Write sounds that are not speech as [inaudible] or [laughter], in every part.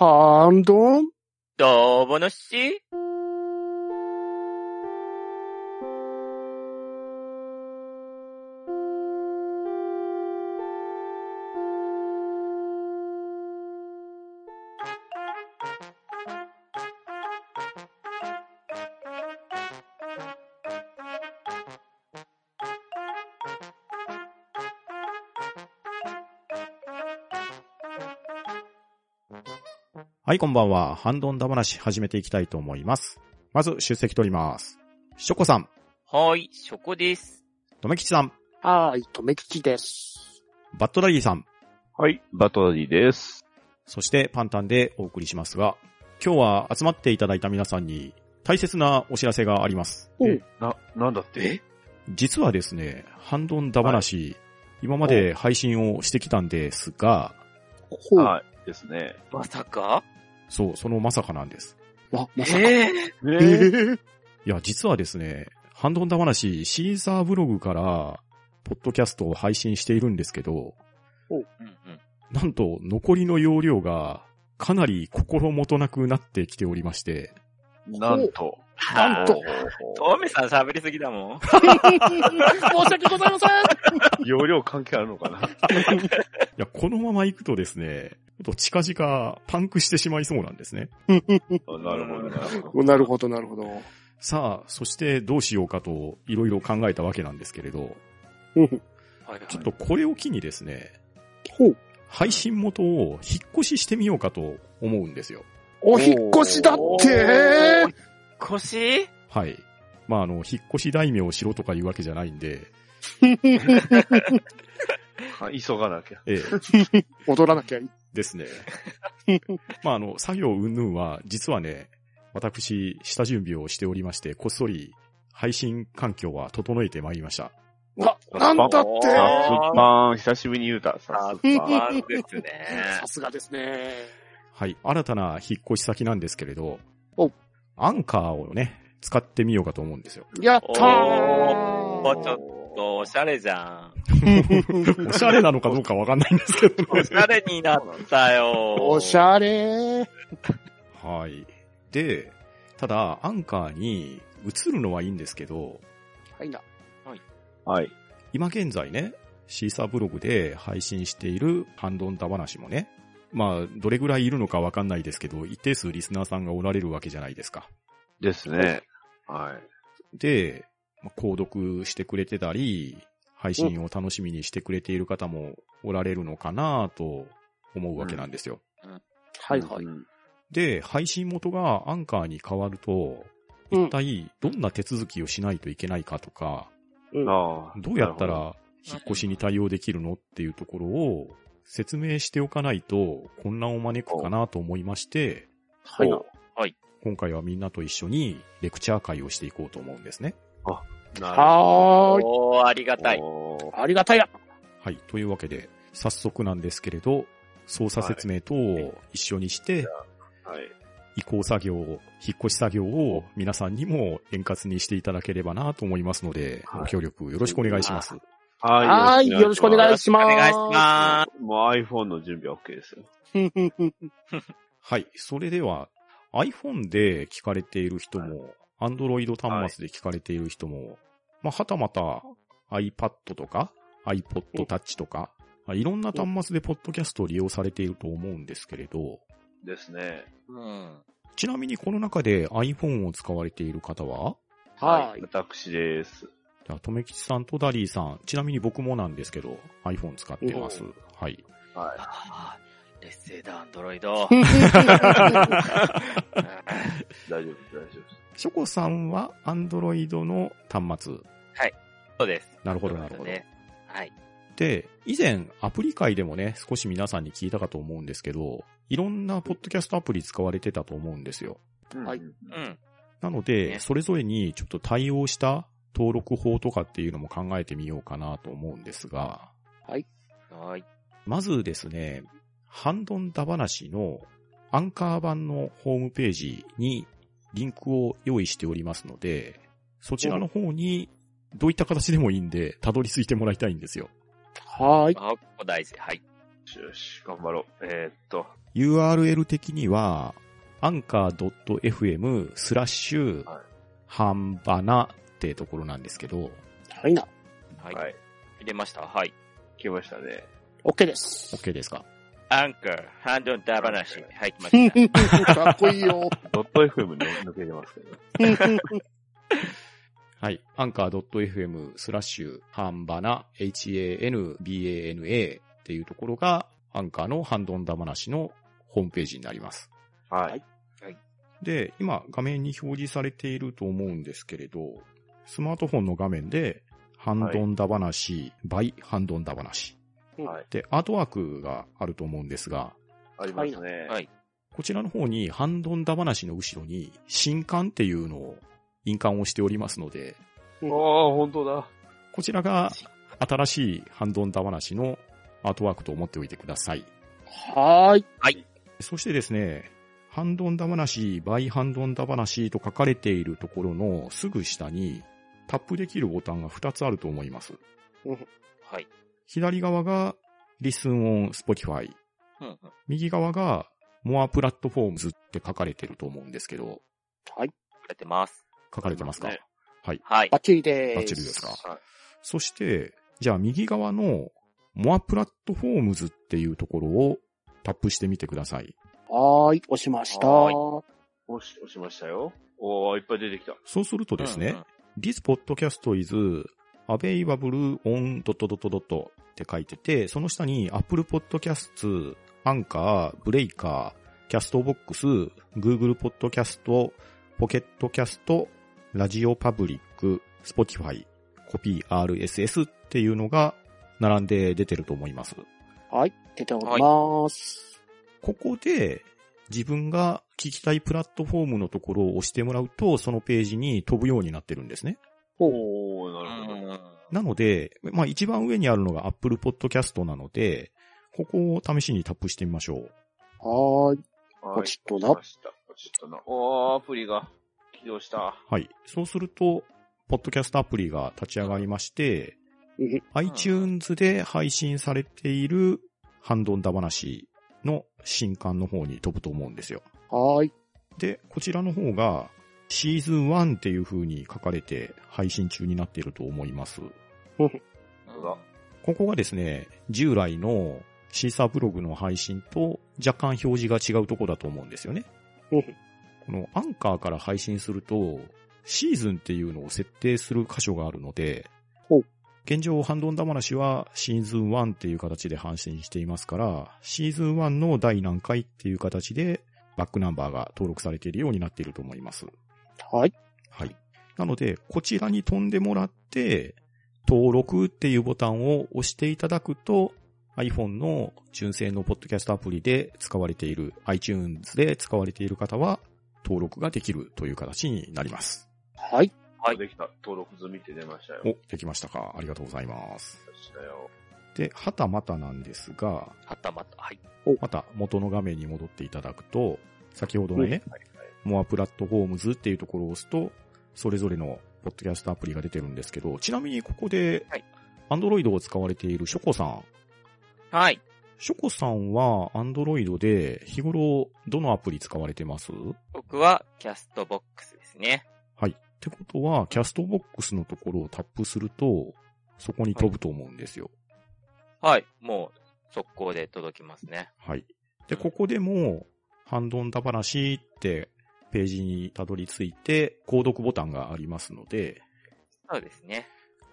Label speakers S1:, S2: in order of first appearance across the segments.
S1: ハンドン
S2: どうぼのっし
S3: はい、こんばんは。ハンドンダ話始めていきたいと思います。まず、出席取ります。ショコさん、
S2: はーい、そこです。
S3: とめきちさん、
S1: はーい、とめきちです。
S3: バットダディさん、
S4: はい、バトラディです。
S3: そしてパンタンでお送りしますが、今日は集まっていただいた皆さんに大切なお知らせがあります。
S1: お
S4: えな、なんだって
S3: 実はですね、ハンドンダ話、今まで配信をしてきたんですが、
S1: ほう。あ、
S4: はい、ですね。
S2: まさか
S3: そう、そのまさかなんです。
S1: ま
S2: え
S1: さか。
S2: え
S4: え
S1: えー
S3: いや、実はですね、ハンドンダ話、シーザーブログから、ポッドキャストを配信しているんですけど、
S2: うんうん。
S3: なんと残りの容量がかなり心もとなくなってきておりまして、
S4: なんと。
S1: なんと。
S2: トメさん喋りすぎだもん。
S1: 申し訳ございません。
S4: 容量関係あるのか [laughs] ない
S3: や、このまま行くとですね、ちょっと近々パンクしてしまいそうなんですね。
S4: あなるほど、なるほど。
S1: お [laughs] なるほど、なるほど。
S3: さあ、そしてどうしようかといろいろ考えたわけなんですけれど、
S2: はいはい
S3: ちょっとこれを機にですね、
S1: ほう。
S3: 配信元を引っ越ししてみようかと思うんですよ。
S1: お引っ越しだっ
S2: お
S1: て
S2: ー腰し
S3: はい。まあ、あの、引っ越し大名をしろとかいうわけじゃないんで、
S4: あ急がなきゃ。
S3: ええ、
S1: 踊らなきゃいい。
S3: ですね。 [laughs] まあ、あの、作業云々は、実はね、私、下準備をしておりまして、こっそり、配信環境は整えてまいりました。
S1: な、なんだっ
S2: えー
S1: て。
S4: さすパン、久しぶりに言うた。
S2: さ
S4: さす
S2: す
S4: が
S2: がですね
S1: さ。すがですね。
S3: はい。新たな引っ越し先なんですけれど
S1: お、
S3: アンカーをね、使ってみようかと思うんですよ。 [laughs]
S1: やった
S2: おーちょ
S1: ー
S2: っと、おしゃれじゃん。
S1: [laughs]
S3: おしゃれなのかどうかわかんないんですけど
S2: お
S3: ね
S2: し。ゃれになったよ。
S1: おしゃれ
S3: はい。で、ただ、アンカーに移るのはいいんですけど、
S1: はいな。
S4: はい。
S3: 今現在ね、シーサーブログで配信しているハンドンダ話もね、まあ、どれぐらいいるのかわかんないですけど、一定数リスナーさんがおられるわけじゃないですか。
S4: ですね。はい。
S3: で、まあ購読してくれてたり、配信を楽しみにしてくれている方もおられるのかなと思うわけなんですよ。
S1: はいはい。
S4: うん
S3: で、配信元がアンカーに変わると、
S1: うん
S3: 一体どんな手続きをしないといけないかとか、
S4: ああ。
S3: どうやった
S4: なる
S3: ら引っ越しに対応できるのっていうところを説明しておかないと混乱を招くかなと思いまして、
S1: は
S4: ほ
S1: い
S4: ど、
S1: な。
S3: 今回はみんなと一緒にレクチャー会をしていこうと思うんですね。
S4: なる
S1: はーい。
S2: おー、ありがたい。
S4: ほど。
S1: ありがたいや。
S3: はい。というわけで、早速なんですけれど、操作説明等を一緒にして、
S4: はい。
S3: 移行作業を、引っ越し作業を皆さんにも円滑にしていただければなと思いますので、
S4: はい
S3: ご協力よろしくお願いします。
S1: はーい、よろしくお願いします。
S2: お願いしま
S4: もう iPhone の準備は OK ですよ。
S3: はい。それでは、iPhone で聞かれている人も、Android 端末で聞かれている人も、まあ、はたまた iPad とか iPod Touch とか、まあいろんな端末でポッドキャストを利用されていると思うんですけれど、
S4: ですね。
S2: す。うん。
S3: ちなみにこの中で iPhone を使われている方は、
S1: はい。
S4: 私です。
S3: じゃあ、とめきちさんとダリーさん、ちなみに僕もなんですけど、iPhone 使ってます
S1: お。
S3: はい。
S4: はい。
S2: あー劣勢だ、アンドロ
S1: [laughs]
S2: イド。
S4: 大丈夫、大丈夫です。
S3: ショコさんは Android の端末。
S2: そうです。
S3: なるほど、なるほど。
S2: ねはい。
S3: で、以前アプリ界でもね、少し皆さんに聞いたかと思うんですけど、いろんなポッドキャストアプリ使われてたと思うんですよ。
S4: うん
S1: はい。
S2: うん。
S3: なので、
S2: ね
S3: それぞれにちょっと対応した登録法とかっていうのも考えてみようかなと思うんですが、
S2: はい。
S3: まずですね、ハンドンダ話のアンカー版のホームページにリンクを用意しておりますので、そちらの方にどういった形でもいいんで、たどり着いてもらいたいんですよ。
S1: はーい。
S2: あ、ここ大事。はい。
S4: よしよし、頑張ろう。えーっと、
S3: URL 的には、anchor.fm スラッシュ
S4: はい、
S3: 半ばなってところなんですけど、
S1: はいな。
S2: はい。
S4: はい。
S2: 入れました。はい。
S4: 来ましたね。
S1: OK
S3: [laughs]
S1: です。
S3: OK ですか
S2: アンカー、ハンドンダーバナシ。 [laughs] はい、来ました。
S1: かっこいいよ。
S4: ドット FM ね、抜けてますけど。
S3: はい。anchor.fm スラッシュ、半ばな、hanbana っていうところが、アンカーのハンドンダ話のホームページになります。
S4: はい。
S3: で、今画面に表示されていると思うんですけれど、スマートフォンの画面で、ハンドンダ話、by ハンドンダ話。
S4: はい。
S3: で、アートワークがあると思うんですが、
S4: ありますね。
S2: はい。
S3: こちらの方にハンドンダ話の後ろに、新刊っていうのを印鑑をしておりますので、
S4: ああ、本当だ。
S3: こちらが新しいハンドンダ話のアートワークと思っておいてください。
S1: はーい。
S3: そしてですね、ハンドンダ話、バイハンドンダ話と書かれているところのすぐ下にタップできるボタンが2つあると思います。
S2: はい。
S3: 左側が Listen on Spotify、
S2: うんうん。
S3: 右側が More Platforms って書かれてると思うんですけど、
S1: はい。
S2: やってます。
S3: 書かれてますか
S4: ね
S2: はい。
S1: バッチリです。
S3: バッチリですか
S4: はい。
S3: そして、じゃあ右側の More Platforms っていうところをタップしてみてください。
S1: はーい。押しました。
S2: は
S4: 押し、押しましたよ。おおいっぱい出てきた。
S3: そうするとですね、
S2: うんうん
S3: This podcast is available on ドットドットドットって書いてて、その下に Apple Podcasts、Anchor、Breaker、Castbox、Google Podcast、Pocket Cast、Radio Public、Spotify、Copy RSS っていうのが並んで出てると思います。
S1: はい。出ております。
S3: ここで自分が聞きたいプラットフォームのところを押してもらうと、そのページに飛ぶようになってるんですね。
S4: おおなるほど。
S2: うん
S3: なので、まあ一番上にあるのが Apple Podcast なので、ここを試しにタップしてみましょう。
S1: はーい。
S4: はい
S1: ポチッと
S4: 来
S1: な
S4: ま。した。ポチッとな。おー、アプリが起動した。
S3: はい。そうすると、ポッドキャストアプリが立ち上がりまして、
S1: うん
S3: iTunes で配信されているハンドンダ話の新刊の方に飛ぶと思うんですよ。
S1: はーい。
S3: で、こちらの方がシーズン1っていう風に書かれて配信中になっていると思います。
S4: そうだ
S3: ここがですね、従来のシーサーブログの配信と若干表示が違うとこだと思うんですよね。
S1: うん
S3: このアンカーから配信すると、シーズンっていうのを設定する箇所があるので
S1: ほう、
S3: 現状、ハンドンダ話はシーズン1っていう形で配信していますから、シーズン1の第何回っていう形でバックナンバーが登録されているようになっていると思います。
S1: はい。
S3: はい。なので、こちらに飛んでもらって、登録っていうボタンを押していただくと、iPhone の純正のポッドキャストアプリで使われている、iTunes で使われている方は、登録ができるという形になります。
S1: はい。
S2: はい
S4: できた。登録済みって出ましたよ。
S3: お、できましたかありがとうございます。
S4: 出ましたよ。
S3: で、はたまたなんですが、
S2: はたまた。はい。
S3: また元の画面に戻っていただくと、先ほどのね、
S4: はいはい。
S3: モアプラットフォームズっていうところを押すと、それぞれのポッドキャストアプリが出てるんですけど、ちなみにここで
S2: はい、
S3: アンドロイドを使われているショコさん。
S2: はい。
S3: ショコさんはアンドロイドで日頃どのアプリ使われてます
S2: 僕は、キャストボックスですね。
S3: はい。ってことは、キャストボックスのところをタップすると、そこに飛ぶと思うんですよ。
S2: はい。もう、速攻で届きますね。
S3: はい。で、ここでも、ハンドンダ話ってページにたどり着いて、購読ボタンがありますので、
S2: そうですね。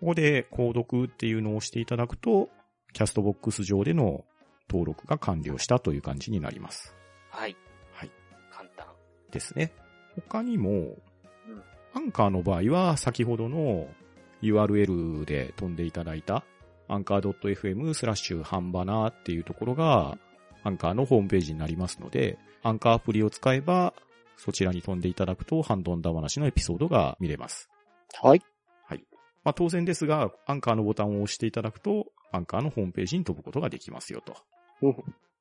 S3: ここで購読っていうのを押していただくと、キャストボックス上での登録が完了したという感じになります。
S2: はい。
S3: はい。
S2: 簡単。
S3: ですね。他にも
S4: うん、
S3: アンカーの場合は先ほどの URL で飛んでいただいた、アンカー .fm スラッシュ半ばなっていうところが、アンカーのホームページになりますので、アンカーアプリを使えば、そちらに飛んでいただくと、ハンドンダ話のエピソードが見れます。 [laughs]
S1: はい。
S3: まあ当然ですが、アンカーのボタンを押していただくと、アンカーのホームページに飛ぶことができますよと
S1: うん。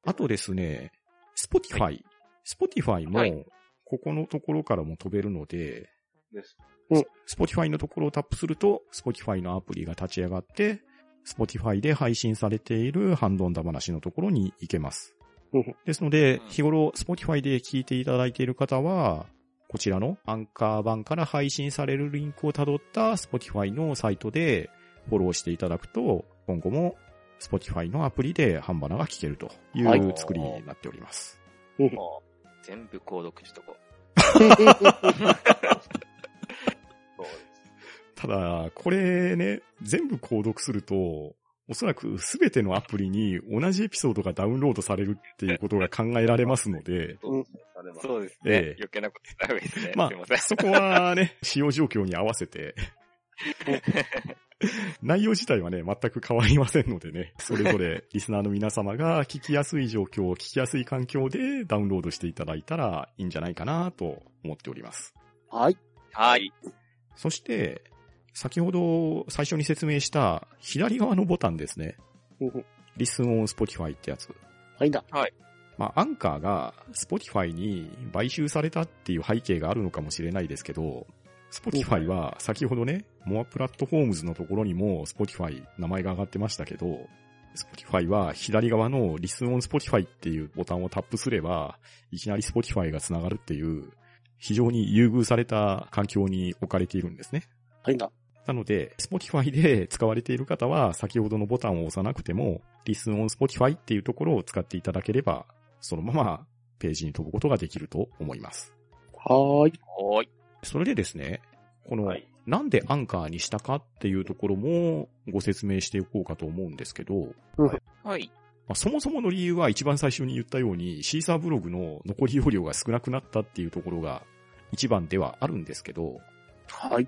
S3: あとですね、Spotify。Spotify も
S2: はい、
S3: ここのところからも飛べるので、
S4: です。
S3: Spotify のところをタップすると、Spotify のアプリが立ち上がって、Spotify で配信されているハンドンダ話のところに行けます。
S1: うん
S3: ですので
S4: う、ん
S3: 日頃 Spotify で聞いていただいている方は、こちらのアンカー版から配信されるリンクをたどった Spotify のサイトでフォローしていただくと、今後も Spotify のアプリでハンバナが聞けるとい
S1: は
S3: う
S2: い
S3: 作りになっております。
S4: も
S2: 全部購読しとこ
S4: うそうです。
S3: ただ、これね、全部購読すると、おそらくすべてのアプリに同じエピソードがダウンロードされるっていうことが考えられますので、
S4: [laughs] そうですねさ
S2: う。
S4: れます
S2: [laughs] そうです
S3: え
S2: ね。
S3: え
S2: 余計なことした方がいいですね。
S3: まあ
S2: すいません。
S3: そこはね、使用状況に合わせて、内容自体はね、全く変わりませんのでね、それぞれリスナーの皆様が聞きやすい状況、聞きやすい環境でダウンロードしていただいたらいいんじゃないかなと思っております。
S1: はい。
S2: はい。
S3: そして、先ほど最初に説明した左側のボタンですね
S1: うん。
S3: リスンオン Spotify ってやつ。
S1: はいだ。
S3: まあ、アンカーが Spotify に買収されたっていう背景があるのかもしれないですけど、Spotify は先ほどね、モアプラットフォームズのところにも Spotify 名前が上がってましたけど、Spotify は左側のリスンオン Spotify っていうボタンをタップすれば、いきなり Spotify が繋がるっていう、非常に優遇された環境に置かれているんですね。
S1: はいだ。
S3: なので、Spotify で使われている方は、先ほどのボタンを押さなくても、Listen on Spotify っていうところを使っていただければ、そのままページに飛ぶことができると思います。
S1: はーい。
S2: おーい。
S3: それでですね、この、
S4: はい
S3: なんでアンカーにしたかっていうところもご説明していこうかと思うんですけど、
S2: はい。
S3: まあそもそもの理由は一番最初に言ったように、シーサーブログの残り容量が少なくなったっていうところが一番ではあるんですけど、
S1: はい。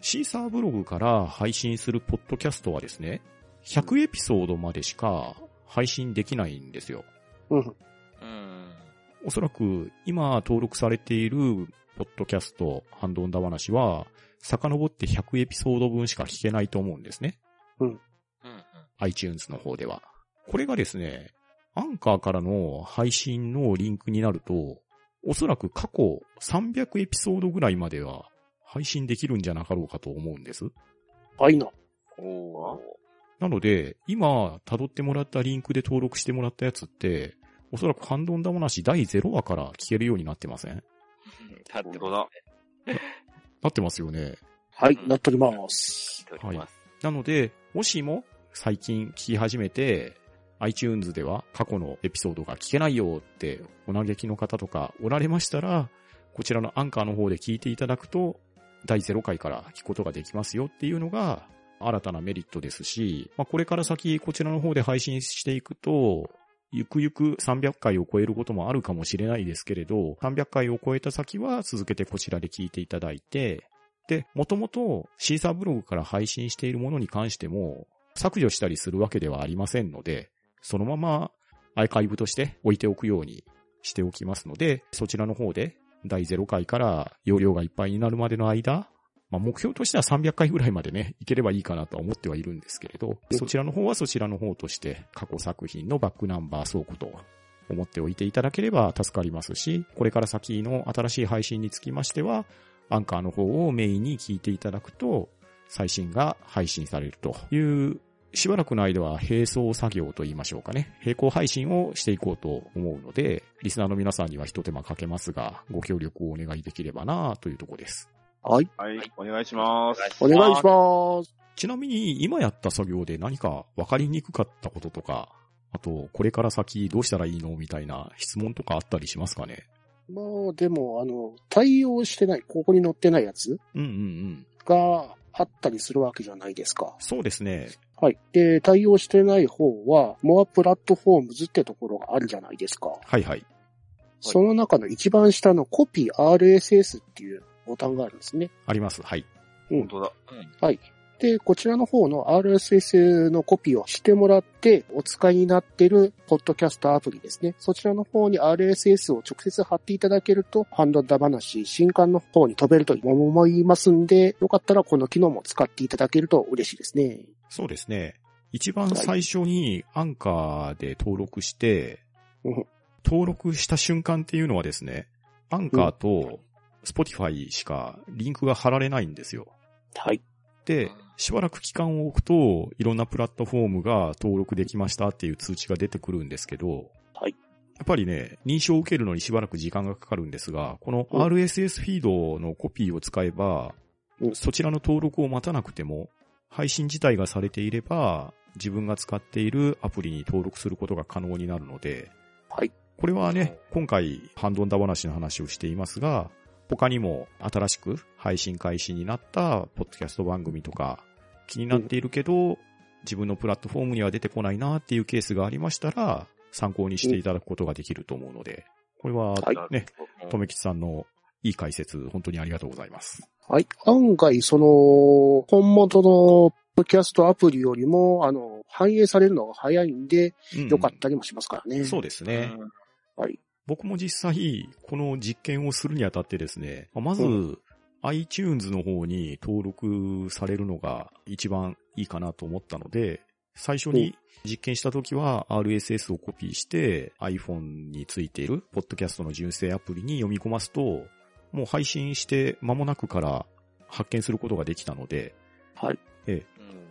S3: シーサーブログから配信するポッドキャストはですね、100エピソードまでしか配信できないんですよ。
S1: うん。
S2: うーん。
S3: おそらく今登録されているポッドキャスト、ハンドンダ話は、遡って100エピソード分しか聞けないと思うんですね。
S2: うんうん。
S3: iTunes の方では。これがですね、アンカーからの配信のリンクになると、おそらく過去300エピソードぐらいまでは配信できるんじゃなかろうかと思うんです。
S1: はいな。
S2: おー。
S3: なので、今、辿ってもらったリンクで登録してもらったやつって、おそらくハンドンダマナシ第0話から聞けるようになってませんな
S2: 立ってま
S4: 本当だ
S2: すね。
S3: ってますよね。
S1: はい。なっとります。
S2: 立っております。
S3: なので、もしも最近聞き始めて、iTunes では過去のエピソードが聞けないよってお嘆きの方とかおられましたら、こちらのアンカーの方で聞いていただくと、第0回から聞くことができますよっていうのが新たなメリットですし、まあ、これから先こちらの方で配信していくと、ゆくゆく300回を超えることもあるかもしれないですけれど、300回を超えた先は続けてこちらで聞いていただいて、で、もともとシーサーブログから配信しているものに関しても削除したりするわけではありませんので、そのままアーカイブとして置いておくようにしておきますので、そちらの方で第0回から容量がいっぱいになるまでの間、まあ、目標としては300回ぐらいまでね、いければいいかなとは思ってはいるんですけれど、そちらの方はそちらの方として過去作品のバックナンバー倉庫と思っておいていただければ助かりますし、これから先の新しい配信につきましては、アンカーの方をメインに聞いていただくと、最新が配信されるという、しばらくの間は並走作業と言いましょうかね。並行配信をしていこうと思うので、リスナーの皆さんには一手間かけますが、ご協力をお願いできればなというところです。
S1: はい。
S4: はい、お願いします。
S1: お願いします。
S3: ちなみに、今やった作業で何か分かりにくかったこととか、あと、これから先どうしたらいいのみたいな質問とかあったりしますかね
S1: まあ、でも、あの、対応してない、ここに載ってないやつ
S3: うんうんうん。
S1: があったりするわけじゃないですか。
S3: そうですね。
S1: はい。で、対応してない方は、モアプラットフォームズってところがあるじゃないですか。
S3: はいはい。
S1: その中の一番下のコピー RSS っていうボタンがあるんですね。
S3: あります。はい。
S4: 本当だ。
S1: はい。で、こちらの方の RSS のコピーをしてもらって、お使いになっているポッドキャストアプリですね。そちらの方に RSS を直接貼っていただけると、ハンドダ話、新刊の方に飛べると思いますんで、よかったらこの機能も使っていただけると嬉しいですね。
S3: そうですね。一番最初にアンカーで登録して
S1: うん、
S3: 登録した瞬間っていうのはですね、アンカーと Spotify しかリンクが貼られないんですよ。
S1: はい。
S3: で、しばらく期間を置くと、いろんなプラットフォームが登録できましたっていう通知が出てくるんですけど、
S1: はい。
S3: っぱりね、認証を受けるのにしばらく時間がかかるんですが、この RSS フィードのコピーを使えば
S1: う、ん
S3: そちらの登録を待たなくても、配信自体がされていれば、自分が使っているアプリに登録することが可能になるので、
S1: はい。
S3: これはね、今回、ハンドンダ話の話をしていますが、他にも新しく配信開始になったポッドキャスト番組とか、気になっているけど、自分のプラットフォームには出てこないなっていうケースがありましたら、参考にしていただくことができると思うので、これは、
S1: はい
S3: ね
S4: うん
S3: とめきちさんのいい解説、本当にありがとうございます。
S1: はい。案外、その、本元のポッドキャストアプリよりも、あの、反映されるのが早いんで、
S3: うん
S1: 良かったりもしますからね。
S3: そうですね。
S4: うん
S1: はい。
S3: 僕も実際、この実験をするにあたってですね、まあまず、
S1: う
S3: iTunes の方に登録されるのが一番いいかなと思ったので、最初に実験した時は RSS をコピーして iPhone についているポッドキャストの純正アプリに読み込ますと、もう配信して間もなくから発見することができたので、
S1: はい。
S3: 嗯
S2: うん。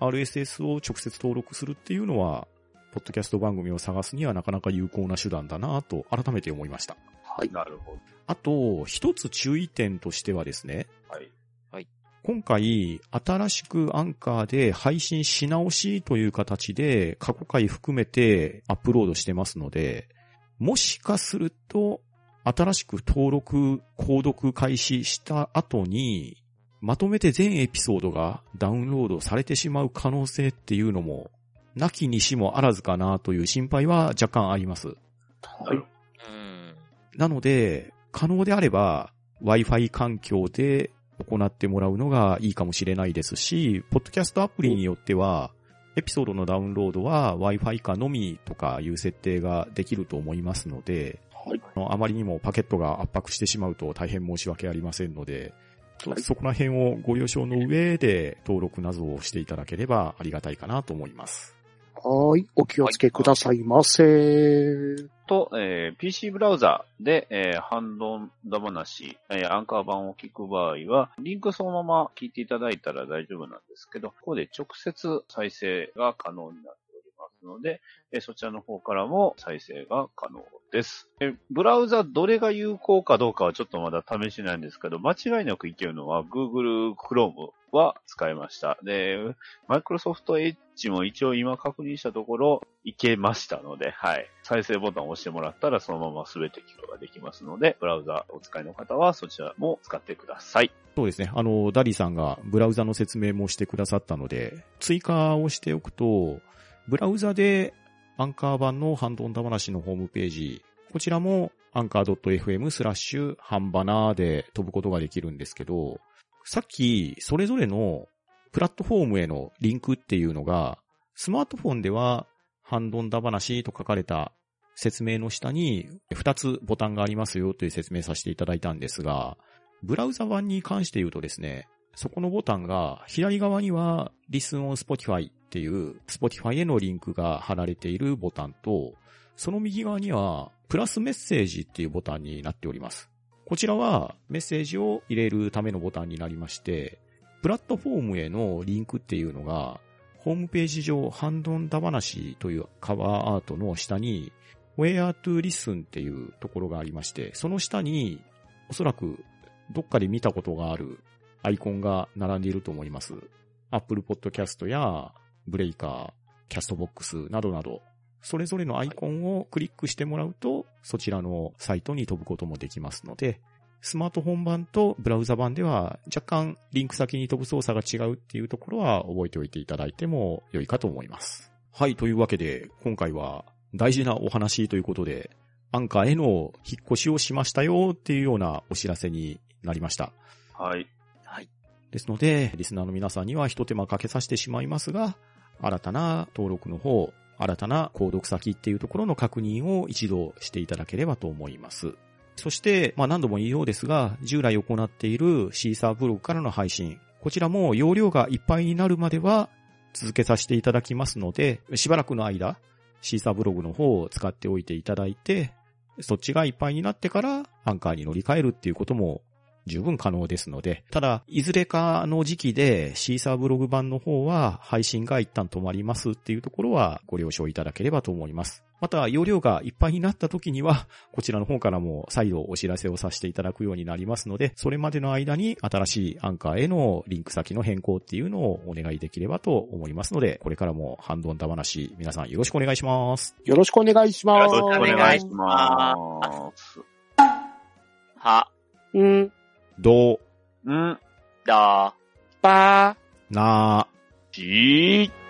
S3: RSS を直接登録するっていうのは、ポッドキャスト番組を探すにはなかなか有効な手段だなと改めて思いました。
S1: はい。
S4: なるほど。
S3: あと、一つ注意点としてはですね、
S4: はい。
S3: 今回、新しくアンカーで配信し直しという形で、過去回含めてアップロードしてますので、もしかすると、新しく登録、購読開始した後に、まとめて全エピソードがダウンロードされてしまう可能性っていうのも、なきにしもあらずかなという心配は若干あります。
S1: はい。
S2: うん。
S3: なので、可能であれば、Wi-Fi 環境で行ってもらうのがいいかもしれないですし、ポッドキャストアプリによっては、エピソードのダウンロードは Wi-Fi かのみとかいう設定ができると思いますので、
S1: はい。
S3: あのあまりにもパケットが圧迫してしまうと大変申し訳ありませんので、
S1: はい
S3: そこら辺をご了承の上で登録などをしていただければありがたいかなと思います。
S1: はい。お気をつけくださいませ。
S4: と、えー PC ブラウザで、えー、ハンドンダ話、えーアンカー版を聞く場合は、リンクそのまま聞いていただいたら大丈夫なんですけど、ここで直接再生が可能になっておりますので、えーそちらの方からも再生が可能です。えーブラウザどれが有効かどうかはちょっとまだ試しないんですけど、間違いなくいけるのは Google Chrome は使いました。で、Microsoft Edge も一応今確認したところ、いけましたので、はい。再生ボタンを押してもらったら、そのまま全て聞くことができますので、ブラウザお使いの方はそちらも使ってください。
S3: そうですね。あの、ダリーさんがブラウザの説明もしてくださったので、追加をしておくと、ブラウザでアンカー版のハンドオンダ話のホームページ、こちらもアンカー .fm スラッシュハンバナーで飛ぶことができるんですけど、さっきそれぞれのプラットフォームへのリンクっていうのが、スマートフォンではハンドンダ話と書かれた説明の下に2つボタンがありますよという説明させていただいたんですが、ブラウザ版に関して言うとですね、そこのボタンが左側には Listen on Spotify っていう Spotify へのリンクが貼られているボタンと、その右側にはプラスメッセージっていうボタンになっております。こちらはメッセージを入れるためのボタンになりまして、プラットフォームへのリンクっていうのが、ホームページ上ハンドンダ話というカバーアートの下に Where to Listen っていうところがありまして、その下におそらくどっかで見たことがあるアイコンが並んでいると思います。Apple Podcast や Breaker、Castbox などなど、それぞれのアイコンをクリックしてもらうと、そちらのサイトに飛ぶこともできますので、スマートフォン版とブラウザ版では若干リンク先に飛ぶ操作が違うっていうところは覚えておいていただいても良いかと思います。はい、というわけで今回は大事なお話ということで、アンカーへの引っ越しをしましたよっていうようなお知らせになりました。
S4: はい。
S3: ですので、リスナーの皆さんには一手間かけさせてしまいますが、新たな登録の方、新たな購読先っていうところの確認を一度していただければと思います。そして、まあ何度も言うようですが、従来行っているシーサーブログからの配信、こちらも容量がいっぱいになるまでは続けさせていただきますので、しばらくの間、シーサーブログの方を使っておいていただいて、そっちがいっぱいになってからアンカーに乗り換えるっていうことも十分可能ですので、ただ、いずれかの時期でシーサーブログ版の方は配信が一旦止まりますっていうところはご了承いただければと思います。また、容量がいっぱいになった時には、 [laughs] こちらの方からも再度お知らせをさせていただくようになりますので、それまでの間に新しいアンカーへのリンク先の変更っていうのをお願いできればと思いますので、これからもハンドンダ話、皆さんよろしくお願いします。
S1: よろしくお願いします。
S2: よろしくお願いし
S4: ます。
S2: は、
S1: うん、
S3: どう、
S4: うん、
S2: だ、
S1: ばー。
S3: なー、
S4: じー。